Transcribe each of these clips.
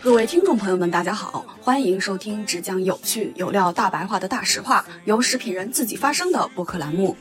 各位听众朋友们，大家好，欢迎收听只讲有趣有料大白话的大实话，由食品人自己发声的播客栏目。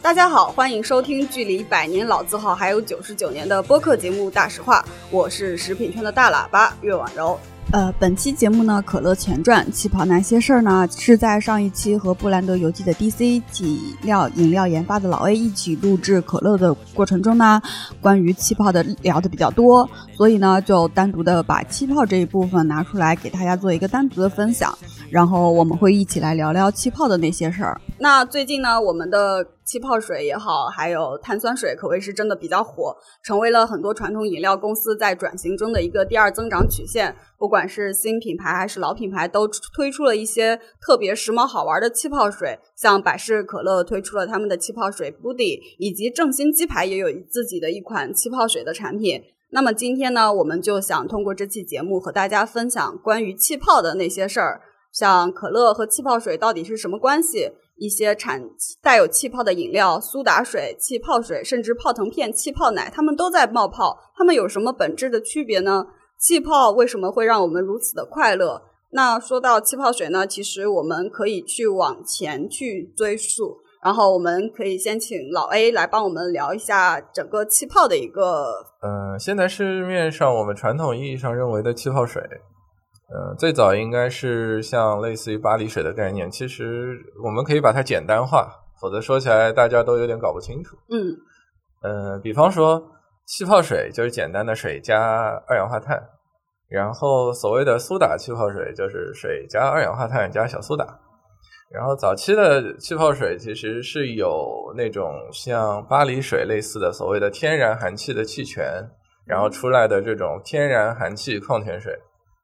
大家好，欢迎收听距离百年老字号还有九十九年的播客节目《大实话》，我是食品圈的大喇叭岳婉柔。呃，本期节目呢，可乐前传气泡那些事儿呢，是在上一期和布兰德邮寄的 DC 体料饮料研发的老 A 一起录制可乐的过程中呢，关于气泡的聊的比较多，所以呢，就单独的把气泡这一部分拿出来给大家做一个单独的分享，然后我们会一起来聊聊气泡的那些事儿。那最近呢，我们的气泡水也好，还有碳酸水，可谓是真的比较火，成为了很多传统饮料公司在转型中的一个第二增长曲线。不管是新品牌还是老品牌，都推出了一些特别时髦好玩的气泡水，像百事可乐推出了他们的气泡水 Buddy，以及正新鸡排也有自己的一款气泡水的产品。那么今天呢，我们就想通过这期节目和大家分享关于气泡的那些事儿，像可乐和气泡水到底是什么关系，一些产带有气泡的饮料、苏打水、气泡水，甚至泡腾片、气泡奶，它们都在冒泡，它们有什么本质的区别呢？气泡为什么会让我们如此的快乐？那说到气泡水呢，其实我们可以去往前去追溯，然后我们可以先请老 A 来帮我们聊一下整个气泡的一个呃，现在市面上我们传统意义上认为的气泡水，呃，最早应该是像类似于巴黎水的概念。其实我们可以把它简单化，否则说起来大家都有点搞不清楚。嗯呃，比方说气泡水就是简单的水加二氧化碳，然后所谓的苏打气泡水就是水加二氧化碳加小苏打。然后早期的气泡水其实是有那种像巴黎水类似的所谓的天然含气的气泉，然后出来的这种天然含气矿泉水。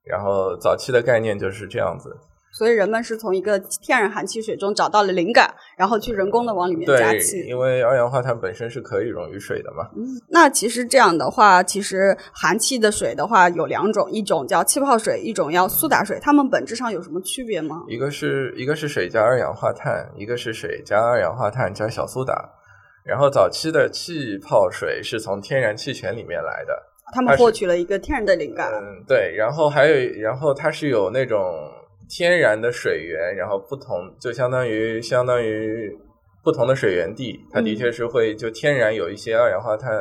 然后早期的概念就是这样子，所以人们是从一个天然含气水中找到了灵感，然后去人工的往里面加对，气。因为二氧化碳本身是可以溶于水的嘛。那其实这样的话，其实含气的水的话有两种，一种叫气泡水，一种叫苏打水，它们本质上有什么区别吗？一个是一个是水加二氧化碳，一个是水加二氧化碳加小苏打。然后早期的气泡水是从天然气泉里面来的，它们获取了一个天然的灵感。嗯，对。然后还有，然后它是有那种天然的水源，然后不同就相当于相当于不同的水源地，它的确是会就天然有一些二氧化碳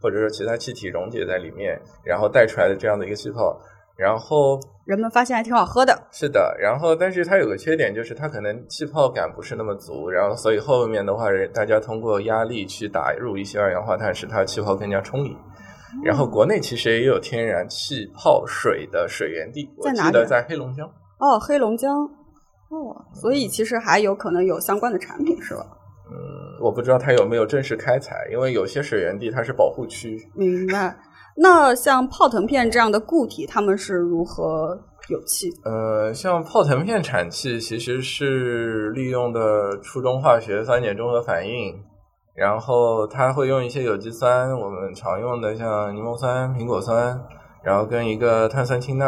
或者说其他气体溶解在里面，然后带出来的这样的一个气泡。然后人们发现还挺好喝的。是的，然后但是它有个缺点，就是它可能气泡感不是那么足，然后所以后面的话，人大家通过压力去打入一些二氧化碳，使它气泡更加充盈。嗯然后国内其实也有天然气泡水的水源地，我在哪里记啊得在黑龙江。哦，黑龙江。哦，所以其实还有可能有相关的产品是吧？嗯，我不知道它有没有正式开采，因为有些水源地它是保护区。明 白。那像泡腾片这样的固体，它们是如何有气？呃，像泡腾片产气其实是利用的初中化学酸碱中和反应，然后它会用一些有机酸，我们常用的像柠檬酸、苹果酸，然后跟一个碳酸氢钠，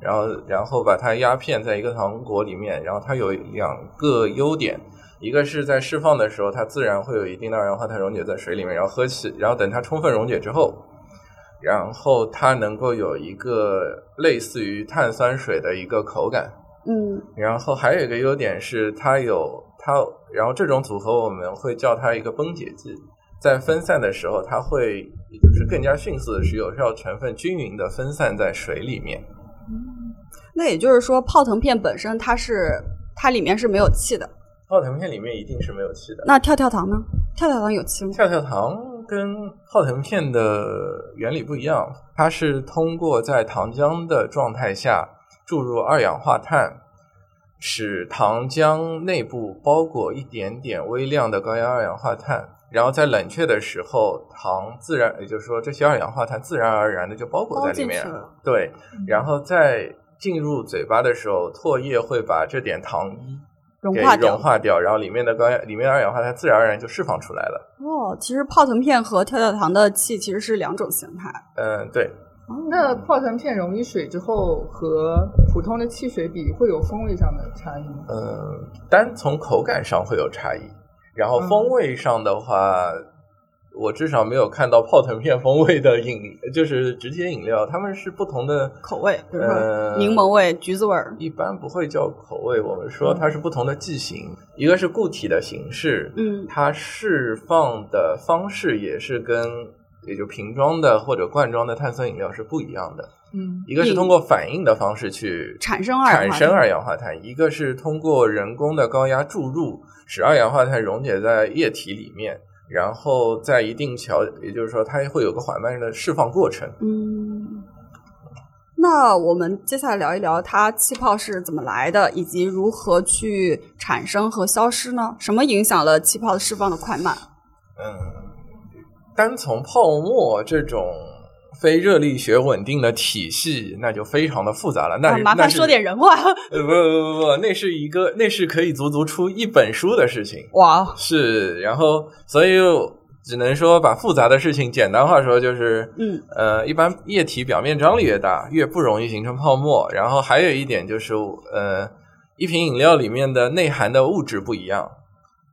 然后然后把它压片在一个糖果里面，然后它有两个优点。一个是在释放的时候，它自然会有一定的二氧化碳溶解在水里面，然后喝起，然后等它充分溶解之后，然后它能够有一个类似于碳酸水的一个口感。嗯，然后还有一个优点是它有它，然后这种组合我们会叫它一个崩解剂，在分散的时候，它会就是更加迅速的使有效成分均匀的分散在水里面。那也就是说，泡腾片本身它是它里面是没有气的。泡腾哦片里面一定是没有气的。那跳跳糖呢？跳跳糖有气吗？跳跳糖跟泡腾片的原理不一样，它是通过在糖浆的状态下注入二氧化碳，使糖浆内部包裹一点点微量的高压二氧化碳，然后在冷却的时候，糖自然也就是说这些二氧化碳自然而然的就包裹在包里进去面，了。对，然后在进入嘴巴的时候，唾液会把这点糖衣融给化掉融化掉，然后里面的高压里面的二氧化碳自然而然就释放出来了。哦，其实泡腾片和跳跳糖的气其实是两种形态。哦嗯，对，那泡腾片溶于水之后和普通的汽水比，会有风味上的差异吗？嗯嗯，单从口感上会有差异，然后风味上的话，我至少没有看到泡腾片风味的饮， 就是直接饮料，他们是不同的口味，比如呃说柠檬嗯味、橘子味儿，一般不会叫口味，我们说它是不同的剂型，一个是固体的形式，嗯它释放的方式也是跟也就瓶装的或者罐装的碳酸饮料是不一样的，嗯一个嗯是通过反应的方式去产生二氧产化碳生二氧化碳，一个是通过人工的高压注入，使二氧化碳溶解在液体里面，然后在一定桥，也就是说它会有个缓慢的释放过程。嗯，那我们接下来聊一聊它气泡是怎么来的，以及如何去产生和消失呢？什么影响了气泡释放的快慢？嗯，单从泡沫这种非热力学稳定的体系，那就非常的复杂了。那啊是、麻那烦是说点人话。呃，不不不不，那是一个，那是可以足足出一本书的事情。哇，是，然后所以只能说把复杂的事情简单化说，就是嗯，呃，一般液体表面张力越大，越不容易形成泡沫。然后还有一点就是，呃，一瓶饮料里面的内含的物质不一样，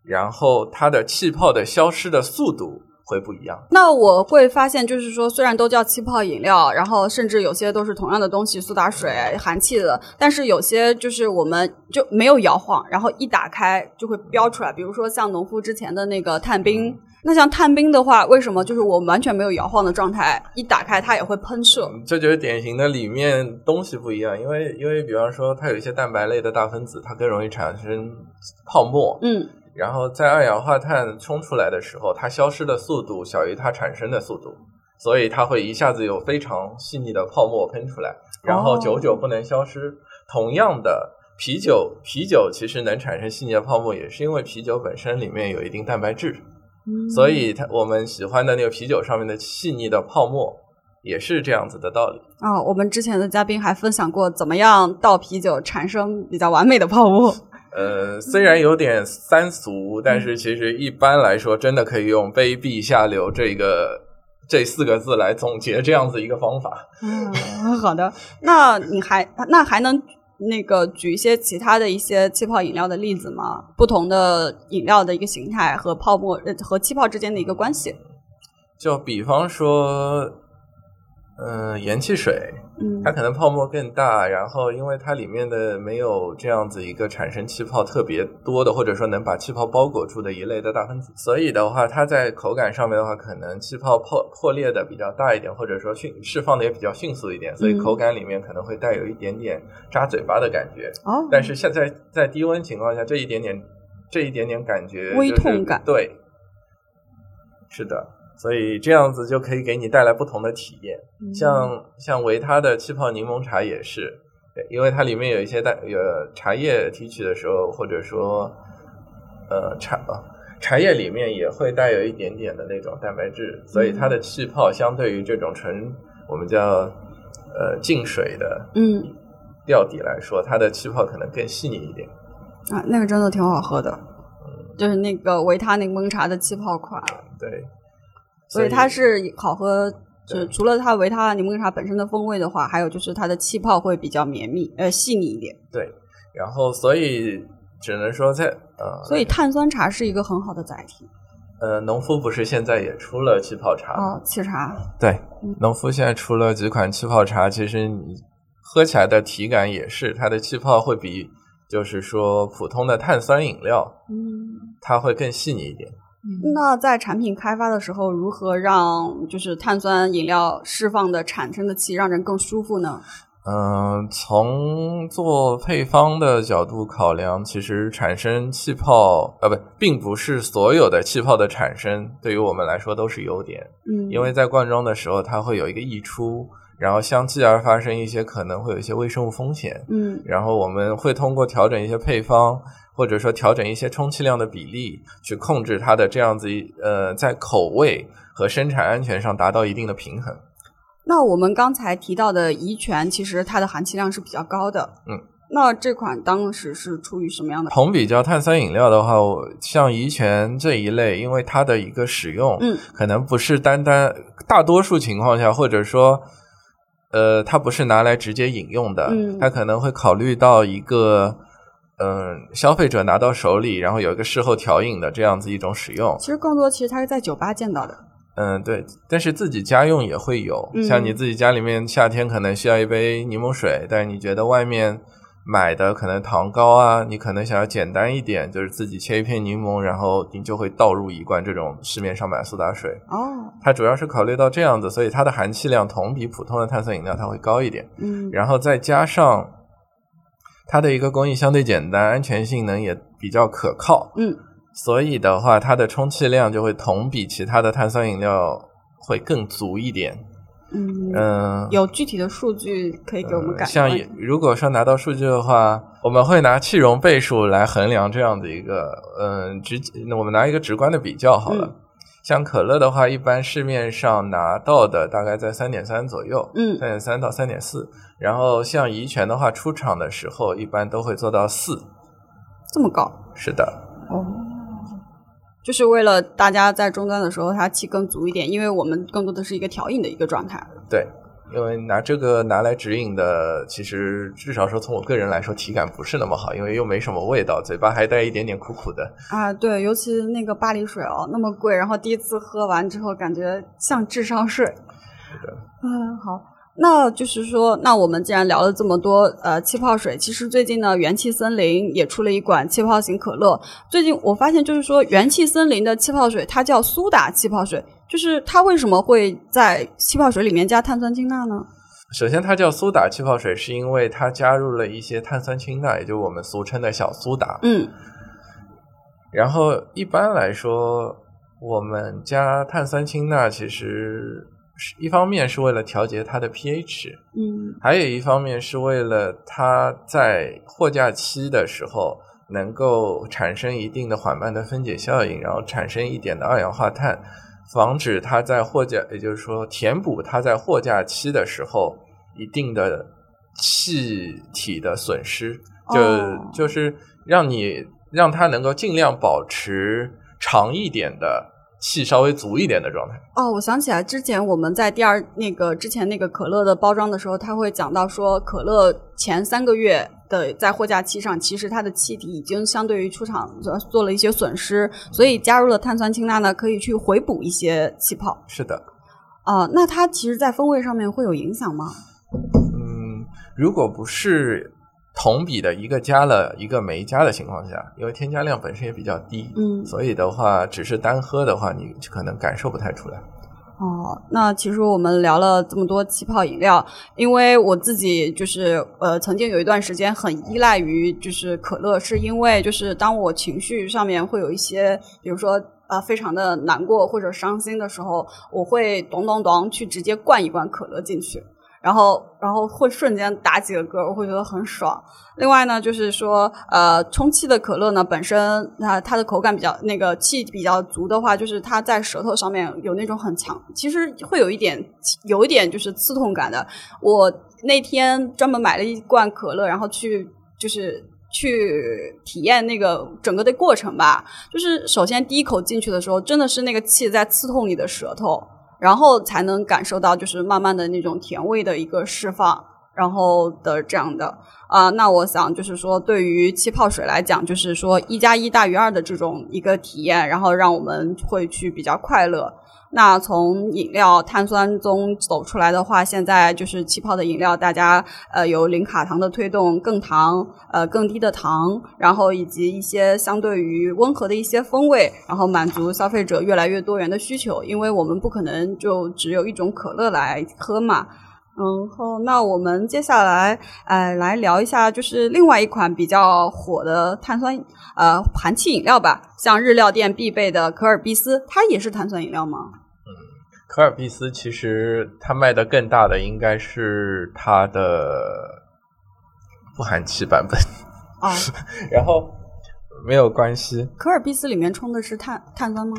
然后它的气泡的消失的速度会不一样。那我会发现，就是说，虽然都叫气泡饮料，然后甚至有些都是同样的东西，苏打水、含气的，但是有些就是我们就没有摇晃，然后一打开就会飙出来。比如说像农夫之前的那个探冰，那像探冰的话，为什么就是我们完全没有摇晃的状态，一打开它也会喷射？嗯这就是典型的里面东西不一样，因为因为比方说它有一些蛋白类的大分子，它更容易产生泡沫，嗯，然后在二氧化碳冲出来的时候，它消失的速度小于它产生的速度，所以它会一下子有非常细腻的泡沫喷出来，然后久久不能消失。同样的，啤酒啤酒其实能产生细腻的泡沫，也是因为啤酒本身里面有一定蛋白质，所以它我们喜欢的那个啤酒上面的细腻的泡沫也是这样子的道理。啊，我们之前的嘉宾还分享过怎么样倒啤酒产生比较完美的泡沫。呃，虽然有点三俗，但是其实一般来说，真的可以用“卑鄙下流”这个这四个字来总结这样子一个方法。嗯，好的。那你还那还能那个举一些其他的一些气泡饮料的例子吗？不同的饮料的一个形态和泡沫呃和气泡之间的一个关系。就比方说，嗯、盐汽水，嗯它可能泡沫更大，然后因为它里面的没有这样子一个产生气泡特别多的，或者说能把气泡包裹住的一类的大分子，所以的话，它在口感上面的话，可能气泡破破裂的比较大一点，或者说迅释放的也比较迅速一点，所以嗯口感里面可能会带有一点点扎嘴巴的感觉。哦但是现在在低温情况下，这一点点这一点点感觉、微痛感，对，是的，所以这样子就可以给你带来不同的体验。嗯像像维他的气泡柠檬茶也是，对，因为它里面有一些蛋，呃，茶叶提取的时候，或者说，呃，茶啊茶叶里面也会带有一点点的那种蛋白质，所以它嗯的气泡相对于这种纯我们叫呃净水的嗯调底来说，它的气泡可能更细腻一点。啊，那个真的挺好喝的，就是那个维他柠檬茶的气泡款，对，所以它是好喝。就是对除了它维他柠檬茶本身的风味的话，还有就是它的气泡会比较绵密，呃，细腻一点。然后所以只能说在呃，所以碳酸茶是一个很好的载体呃，农夫不是现在也出了气泡茶哦，气茶。对嗯，农夫现在出了几款气泡茶，其实你喝起来的体感也是，它的气泡会比就是说普通的碳酸饮料，嗯，它会更细腻一点。嗯那在产品开发的时候，如何让就是碳酸饮料释放的产生的气让人更舒服呢？嗯、从做配方的角度考量，其实产生气泡，呃，不，并不是所有的气泡的产生对于我们来说都是优点。嗯，因为在灌装的时候，它会有一个溢出，然后相继而发生一些可能会有一些微生物风险。嗯然后我们会通过调整一些配方，或者说调整一些充其量的比例，去控制它的这样子一呃在口味和生产安全上达到一定的平衡。那我们刚才提到的怡泉，其实它的含气量是比较高的。嗯，那这款当时是出于什么样的？同比较碳酸饮料的话，我像怡泉这一类，因为它的一个使用，嗯，可能不是单单大多数情况下，或者说，呃，它不是拿来直接饮用的，嗯它可能会考虑到一个，嗯、消费者拿到手里，然后有一个事后调饮的这样子一种使用，其实更多其实它是在酒吧见到的。嗯，对，但是自己家用也会有，像你自己家里面夏天可能需要一杯柠檬水，但是你觉得外面买的可能糖糕啊，你可能想要简单一点，就是自己切一片柠檬，然后你就会倒入一罐这种市面上买的苏打水。哦，它主要是考虑到这样子，所以它的含气量同比普通的碳酸饮料它会高一点。嗯，然后再加上它的一个工艺相对简单，安全性能也比较可靠，嗯，所以的话，它的充其量就会同比其他的碳酸饮料会更足一点。嗯，嗯、有具体的数据可以给我们呃感受像吗也如果说拿到数据的话，我们会拿气容倍数来衡量这样的一个，嗯，直，那我们拿一个直观的比较好了。嗯像可乐的话，一般市面上拿到的大概在三点三左右，嗯三点三到三点四。然后像怡泉的话，出厂的时候一般都会做到四。这么高，是的，就是为了大家在终端的时候它气更足一点，因为我们更多的是一个调饮的一个状态。对，因为拿这个拿来指引的，其实至少说从我个人来说，体感不是那么好，因为又没什么味道，嘴巴还带一点点苦苦的。啊，对，尤其那个巴黎水哦，那么贵，然后第一次喝完之后，感觉像智商税。嗯，好，那就是说，那我们既然聊了这么多，呃，气泡水，其实最近呢，元气森林也出了一款气泡型可乐。最近我发现，就是说，元气森林的气泡水，它叫苏打气泡水，就是它为什么会在气泡水里面加碳酸氢钠呢？首先，它叫苏打气泡水，是因为它加入了一些碳酸氢钠，也就是我们俗称的小苏打。嗯然后一般来说，我们加碳酸氢钠其实是一方面是为了调节它的 pH，嗯还有一方面是为了它在货架期的时候能够产生一定的缓慢的分解效应，然后产生一点的二氧化碳，防止它在货架，也就是说填补它在货架期的时候一定的气体的损失，就、哦就是让你让它能够尽量保持长一点的气稍微足一点的状态。哦，我想起来，之前我们在第二那个之前那个可乐的包装的时候，他会讲到说，可乐前三个月的在货架期上，其实它的气体已经相对于出厂做做了一些损失，所以加入了碳酸氢钠呢，可以去回补一些气泡是的。啊、那它其实，在风味上面会有影响吗？嗯，如果不是同比的一个加了一个没加的情况下，因为添加量本身也比较低，嗯所以的话，只是单喝的话，你可能感受不太出来。哦，那其实我们聊了这么多气泡饮料，因为我自己就是呃，曾经有一段时间很依赖于就是可乐，是因为就是当我情绪上面会有一些，比如说。啊，非常的难过或者伤心的时候，我会咚咚咚去直接灌一罐可乐进去，然后然后会瞬间打几个嗝，我会觉得很爽。另外呢，就是说，呃，充气的可乐呢，本身它它的口感比较那个气比较足的话，就是它在舌头上面有那种很强，其实会有一点有一点就是刺痛感的。我那天专门买了一罐可乐，然后去就是。去体验那个整个的过程吧，就是首先第一口进去的时候，真的是那个气在刺痛你的舌头，然后才能感受到就是慢慢的那种甜味的一个释放，然后的这样的啊、那我想就是说，对于气泡水来讲，就是说一加一大于二的这种一个体验，然后让我们会去比较快乐。那从饮料碳酸中走出来的话，现在就是气泡的饮料，大家呃有零卡糖的推动，更糖呃更低的糖，然后以及一些相对于温和的一些风味，然后满足消费者越来越多元的需求，因为我们不可能就只有一种可乐来喝嘛。然后，那我们接下来，呃，来聊一下，就是另外一款比较火的碳酸呃含气饮料吧，像日料店必备的可尔必思，它也是碳酸饮料吗？可尔必思其实它卖的更大的应该是它的不含气版本，啊，然后没有关系，可尔必思里面冲的是碳碳酸吗？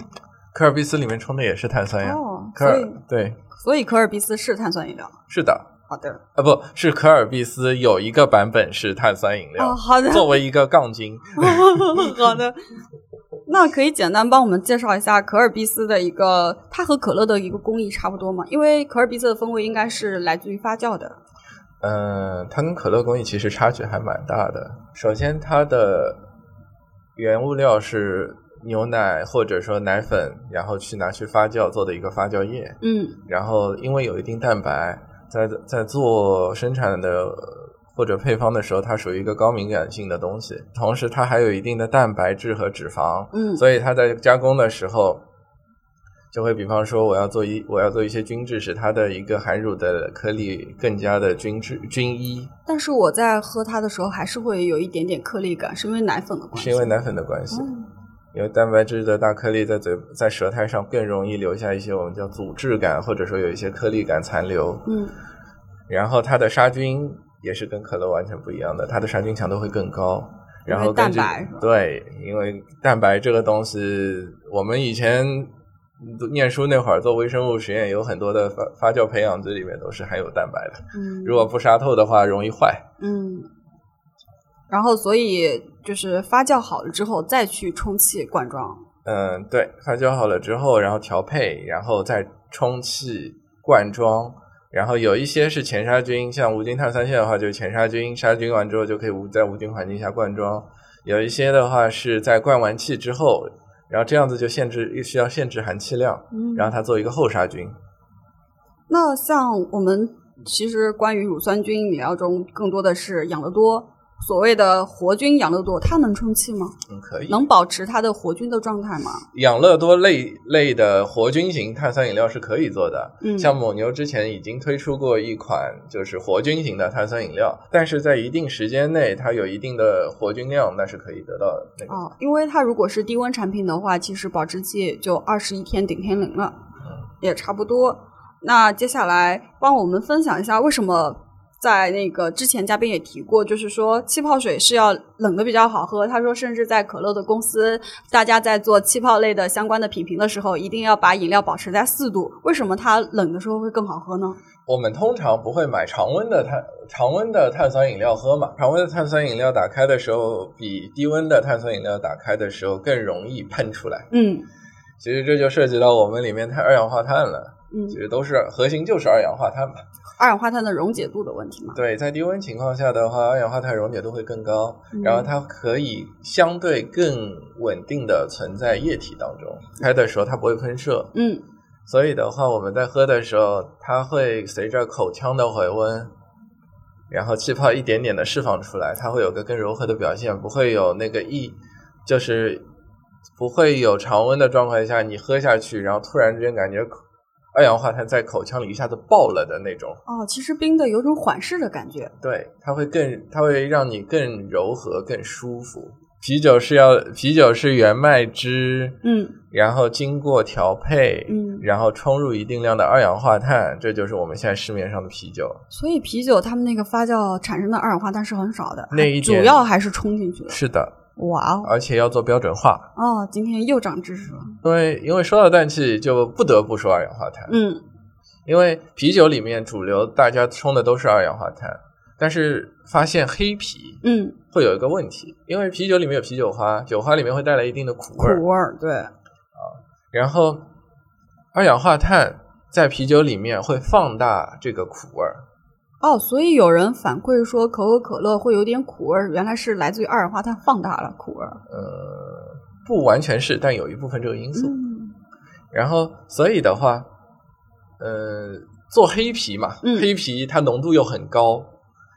可尔必思里面冲的也是碳酸呀。哦，可所尔以对，所以可尔必思是碳酸饮料。是的，好的，啊，不是可尔必思有一个版本是碳酸饮料，哦，好的，作为一个杠精， 好的。那可以简单帮我们介绍一下可尔必思的一个，它和可乐的一个工艺差不多吗？因为可尔必思的风味应该是来自于发酵的。嗯，它跟可乐工艺其实差距还蛮大的。首先，它的原物料是牛奶或者说奶粉，然后去拿去发酵做的一个发酵液。嗯然后因为有一定蛋白，在在做生产的或者配方的时候，它属于一个高敏感性的东西，同时它还有一定的蛋白质和脂肪，嗯所以它在加工的时候。就会比方说，我要做一我要做一些均质，使它的一个含乳的颗粒更加的均质均一，但是我在喝它的时候还是会有一点点颗粒感，是因为奶粉的关系。是因为奶粉的关系，嗯因为蛋白质的大颗粒在嘴在舌苔上更容易留下一些我们叫阻滞感，或者说有一些颗粒感残留。嗯然后它的杀菌也是跟可乐完全不一样的，它的杀菌强度会更高。因为然后根据蛋白是吧对，因为蛋白这个东西，我们以前念书那会儿做微生物实验，有很多的发发酵培养基里面都是含有蛋白的，嗯，如果不杀透的话，容易坏。嗯，然后所以就是发酵好了之后再去充气灌装。嗯，对，发酵好了之后，然后调配，然后再充气灌装，然后有一些是前杀菌，像无菌碳酸线的话，就是前杀菌，杀菌完之后就可以无在无菌环境下灌装；有一些的话是在灌完气之后，然后这样子就限制需要限制含气量，嗯然后它做一个后杀菌。那像我们其实关于乳酸菌饮料中更多的是养乐多，所谓的活菌养乐多，它能充气吗？嗯，可以。能保持它的活菌的状态吗？养乐多类类的活菌型碳酸饮料是可以做的，嗯像蒙牛之前已经推出过一款就是活菌型的碳酸饮料，但是在一定时间内它有一定的活菌量，那是可以得到的那个。哦，因为它如果是低温产品的话，其实保质期也就二十一天顶天灵了，也差不多。那接下来帮我们分享一下，为什么在那个之前嘉宾也提过，就是说气泡水是要冷的比较好喝。他说，甚至在可乐的公司，大家在做气泡类的相关的品评的时候，一定要把饮料保持在四度。为什么它冷的时候会更好喝呢？我们通常不会买常温的碳常温的碳酸饮料喝嘛，常温的碳酸饮料打开的时候比低温的碳酸饮料打开的时候更容易喷出来，嗯其实这就涉及到我们里面碳二氧化碳了，嗯其，实都是核心就是二氧化碳嘛。二氧化碳的溶解度的问题嘛。对，在低温情况下的话，二氧化碳溶解度会更高，嗯然后它可以相对更稳定的存在液体当中。开的时候它不会喷射，嗯所以的话，我们在喝的时候，它会随着口腔的回温，然后气泡一点点的释放出来，它会有个更柔和的表现，不会有那个一就是不会有常温的状况下，你喝下去，然后突然之间感觉口二氧化碳在口腔里一下子爆了的那种。哦，其实冰的有种缓释的感觉。对，它会更，它会让你更柔和、更舒服。啤酒是要，啤酒是原麦汁，嗯然后经过调配，嗯然后冲入一定量的二氧化碳，这就是我们现在市面上的啤酒。所以啤酒他们那个发酵产生的二氧化碳是很少的，哎那一主点啊要还是冲进去的。是的，哇哦而且要做标准化，哦，今天又长知识了。因为因为说到氮气，就不得不说二氧化碳，嗯因为啤酒里面主流大家冲的都是二氧化碳，但是发现黑啤嗯，会有一个问题，因为啤酒里面有啤酒花，酒花里面会带来一定的苦苦味儿，味儿对，然后二氧化碳在啤酒里面会放大这个苦味儿。哦，所以有人反馈说可口可乐会有点苦味儿，原来是来自于二氧化碳放大了苦味儿。呃，不完全是，但有一部分这个因素。嗯然后，所以的话，呃，做黑啤嘛，嗯黑啤它浓度又很高，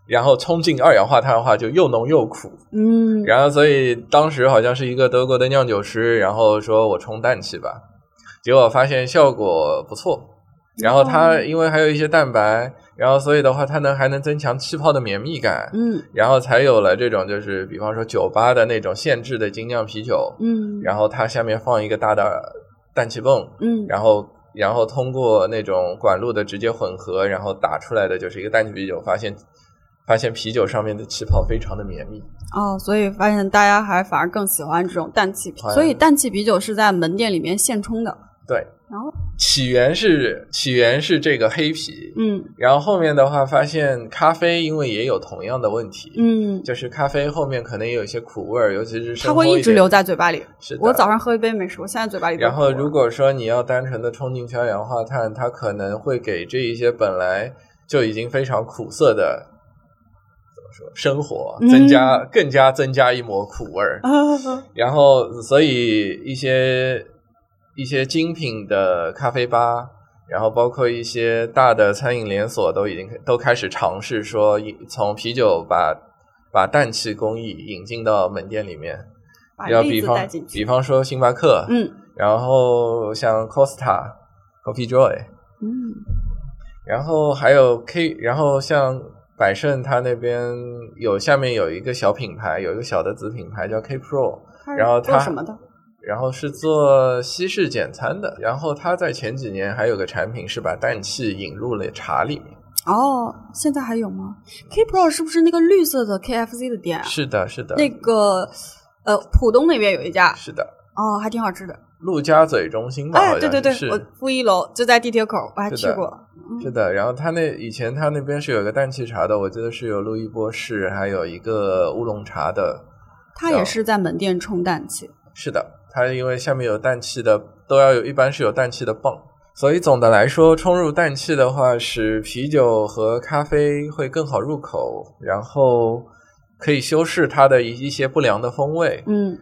然后冲进二氧化碳的话，就又浓又苦。嗯，然后，所以当时好像是一个德国的酿酒师，然后说我冲氮气吧，结果发现效果不错。然后它哦因为还有一些蛋白，然后所以的话，它能还能增强气泡的绵密感，嗯然后才有了这种就是比方说酒吧的那种限制的精酿啤酒，嗯，然后它下面放一个大的氮气泵，嗯然后然后通过那种管路的直接混合，然后打出来的就是一个氮气啤酒，发现发现啤酒上面的气泡非常的绵密，哦，所以发现大家还反而更喜欢这种氮气啤，好像所以氮气啤酒是在门店里面现冲的。对，然后起源是起源是这个黑啤，嗯然后后面的话发现咖啡因为也有同样的问题，嗯，就是咖啡后面可能也有一些苦味儿，尤其是它深会齁一直点留在嘴巴里。是的我早上喝一杯没事，我现在嘴巴里都然苦后，味儿如果说你要单纯的冲进去二氧化碳，它可能会给这一些本来就已经非常苦涩的，怎么说生活嗯增加、更加增加一抹苦味儿。然后，所以一些一些精品的咖啡吧，然后包括一些大的餐饮连锁，都已经都开始尝试说引，从啤酒把把氮气工艺引进到门店里面。把 要栗比子方带进去。比方说星巴克，嗯然后像 Costa、Coffee Joy，嗯，然后还有 K，然后像百盛，它那边有下面有一个小品牌，有一个小的子品牌叫 K Pro，它是然后做它什么的？然后是做西式简餐的。然后它在前几年还有个产品是把氮气引入了茶里面。哦，现在还有吗？K Pro 是不是那个绿色的 KFC 的店啊？是的，是的，那个呃，浦东那边有一家，是的，哦，还挺好吃的。陆家嘴中心吧，哎，好对像对对是，我负一楼就在地铁口，我还是去的过。是的，然后他那以前他那边是有一个氮气茶的，我记得是有路易波士，还有一个乌龙茶的。它也是在门店充氮气。是的，它因为下面有氮气的，都要有，一般是有氮气的泵。所以总的来说，冲入氮气的话，使啤酒和咖啡会更好入口，然后可以修饰它的一一些不良的风味。嗯，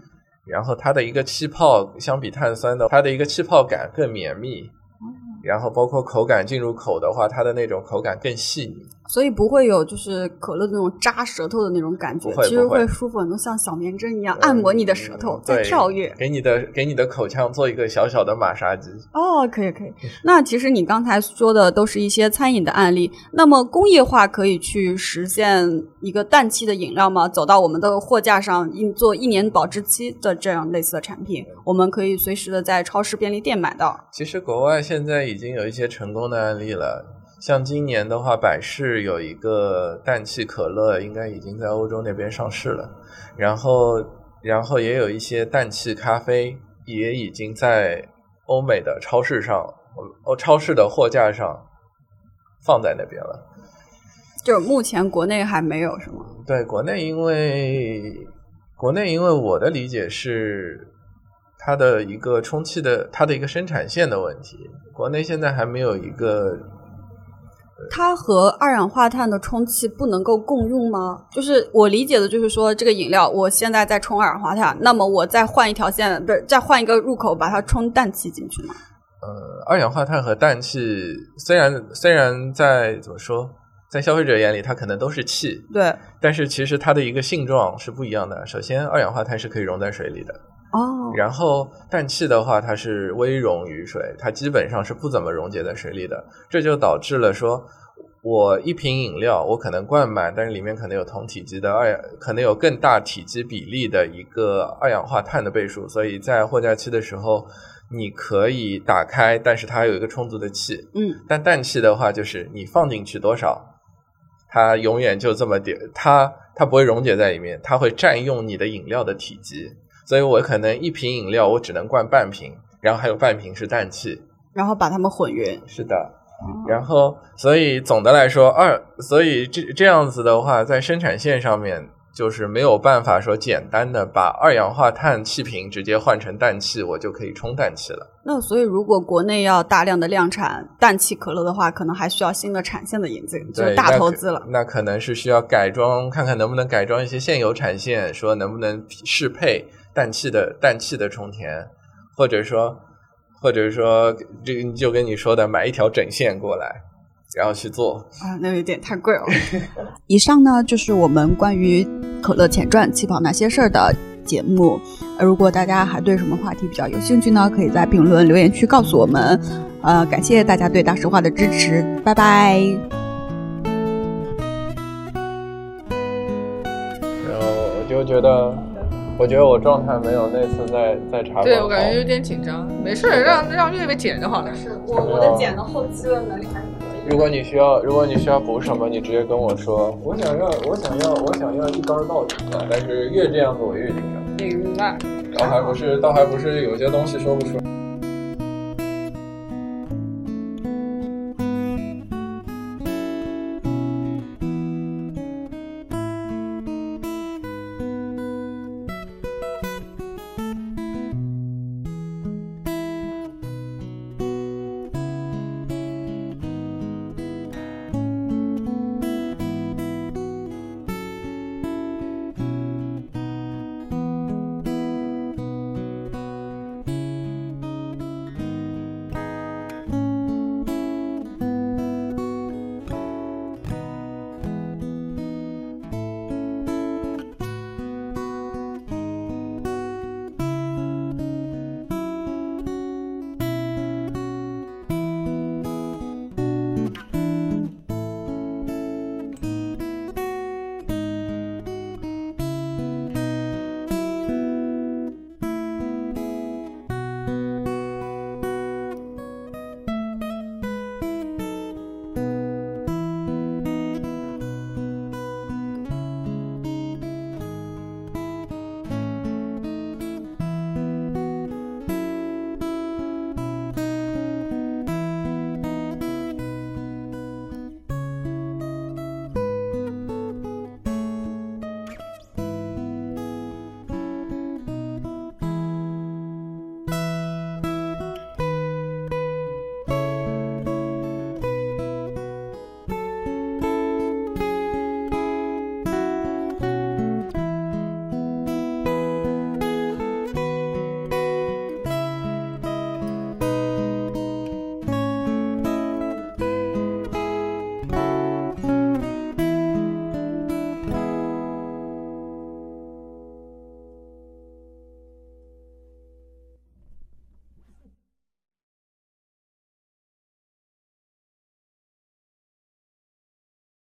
然后它的一个气泡，相比碳酸的，它的一个气泡感更绵密。哦然后包括口感进入口的话，它的那种口感更细腻。所以不会有就是可乐那种扎舌头的那种感觉不，会其实不会会舒服很多，像小棉针一样按摩你的舌头，嗯再对跳跃。给你的给你的口腔做一个小小的马杀鸡。哦，可以可以。那其实你刚才说的都是一些餐饮的案例，那么工业化可以去实现一个氮气的饮料吗？走到我们的货架上，一做一年保质期的这样类似的产品，我们可以随时的在超市、便利店买到。其实国外现在已经有一些成功的案例了，像今年的话，百事有一个氮气可乐，应该已经在欧洲那边上市了，然后然后也有一些氮气咖啡也已经在欧美的超市上，欧超市的货架上放在那边了。就是目前国内还没有，是吗？对，国内因为国内因为我的理解是它的一个充气的它的一个生产线的问题，国内现在还没有一个它和二氧化碳的充气不能够共用吗？就是我理解的，就是说这个饮料我现在在充二氧化碳，那么我再换一条线，不是再换一个入口把它充氮气进去吗？呃二氧化碳和氮气，虽然虽然在怎么说，在消费者眼里它可能都是气，对，但是其实它的一个性状是不一样的。首先，二氧化碳是可以溶在水里的，哦，然后氮气的话，它是微溶于水，它基本上是不怎么溶解在水里的，这就导致了说，我一瓶饮料我可能灌满，但是里面可能有同体积的二氧，可能有更大体积比例的一个二氧化碳的倍数，所以在货架期的时候，你可以打开，但是它有一个充足的气。嗯，但氮气的话，就是你放进去多少，它永远就这么点，它它不会溶解在里面，它会占用你的饮料的体积。所以我可能一瓶饮料我只能灌半瓶，然后还有半瓶是氮气。然后把它们混匀。是的，然后所以总的来说，二所以这这样子的话，在生产线上面就是没有办法说简单的把二氧化碳气瓶直接换成氮气，我就可以充氮气了。那所以如果国内要大量的量产氮气可乐的话，可能还需要新的产线的引进，就是对，大那投可资了。那可能是需要改装，看看能不能改装一些现有产线，说能不能适配氮气的氮气的充填，或者说，或者说这个就跟你说的买一条整线过来，然后去做。啊，那有点太贵了。 以上呢就是我们关于可乐前传气泡那些事儿的节目。呃如果大家还对什么话题比较有兴趣呢，可以在评论留言区告诉我们。呃，感谢大家对大实话的支持，拜拜。然后我就觉得，我觉得我状态没有那次在在茶馆对我感觉有好点紧张，没事儿，让让月月剪就好了。我我的剪的后期的能力还是可以。如果你需要，如果你需要补什么，你直接跟我说。我想要，我想要，我想要一刀到底啊！但是越这样子，我越紧张。明白。倒还不是，倒还不是有些东西说不出来。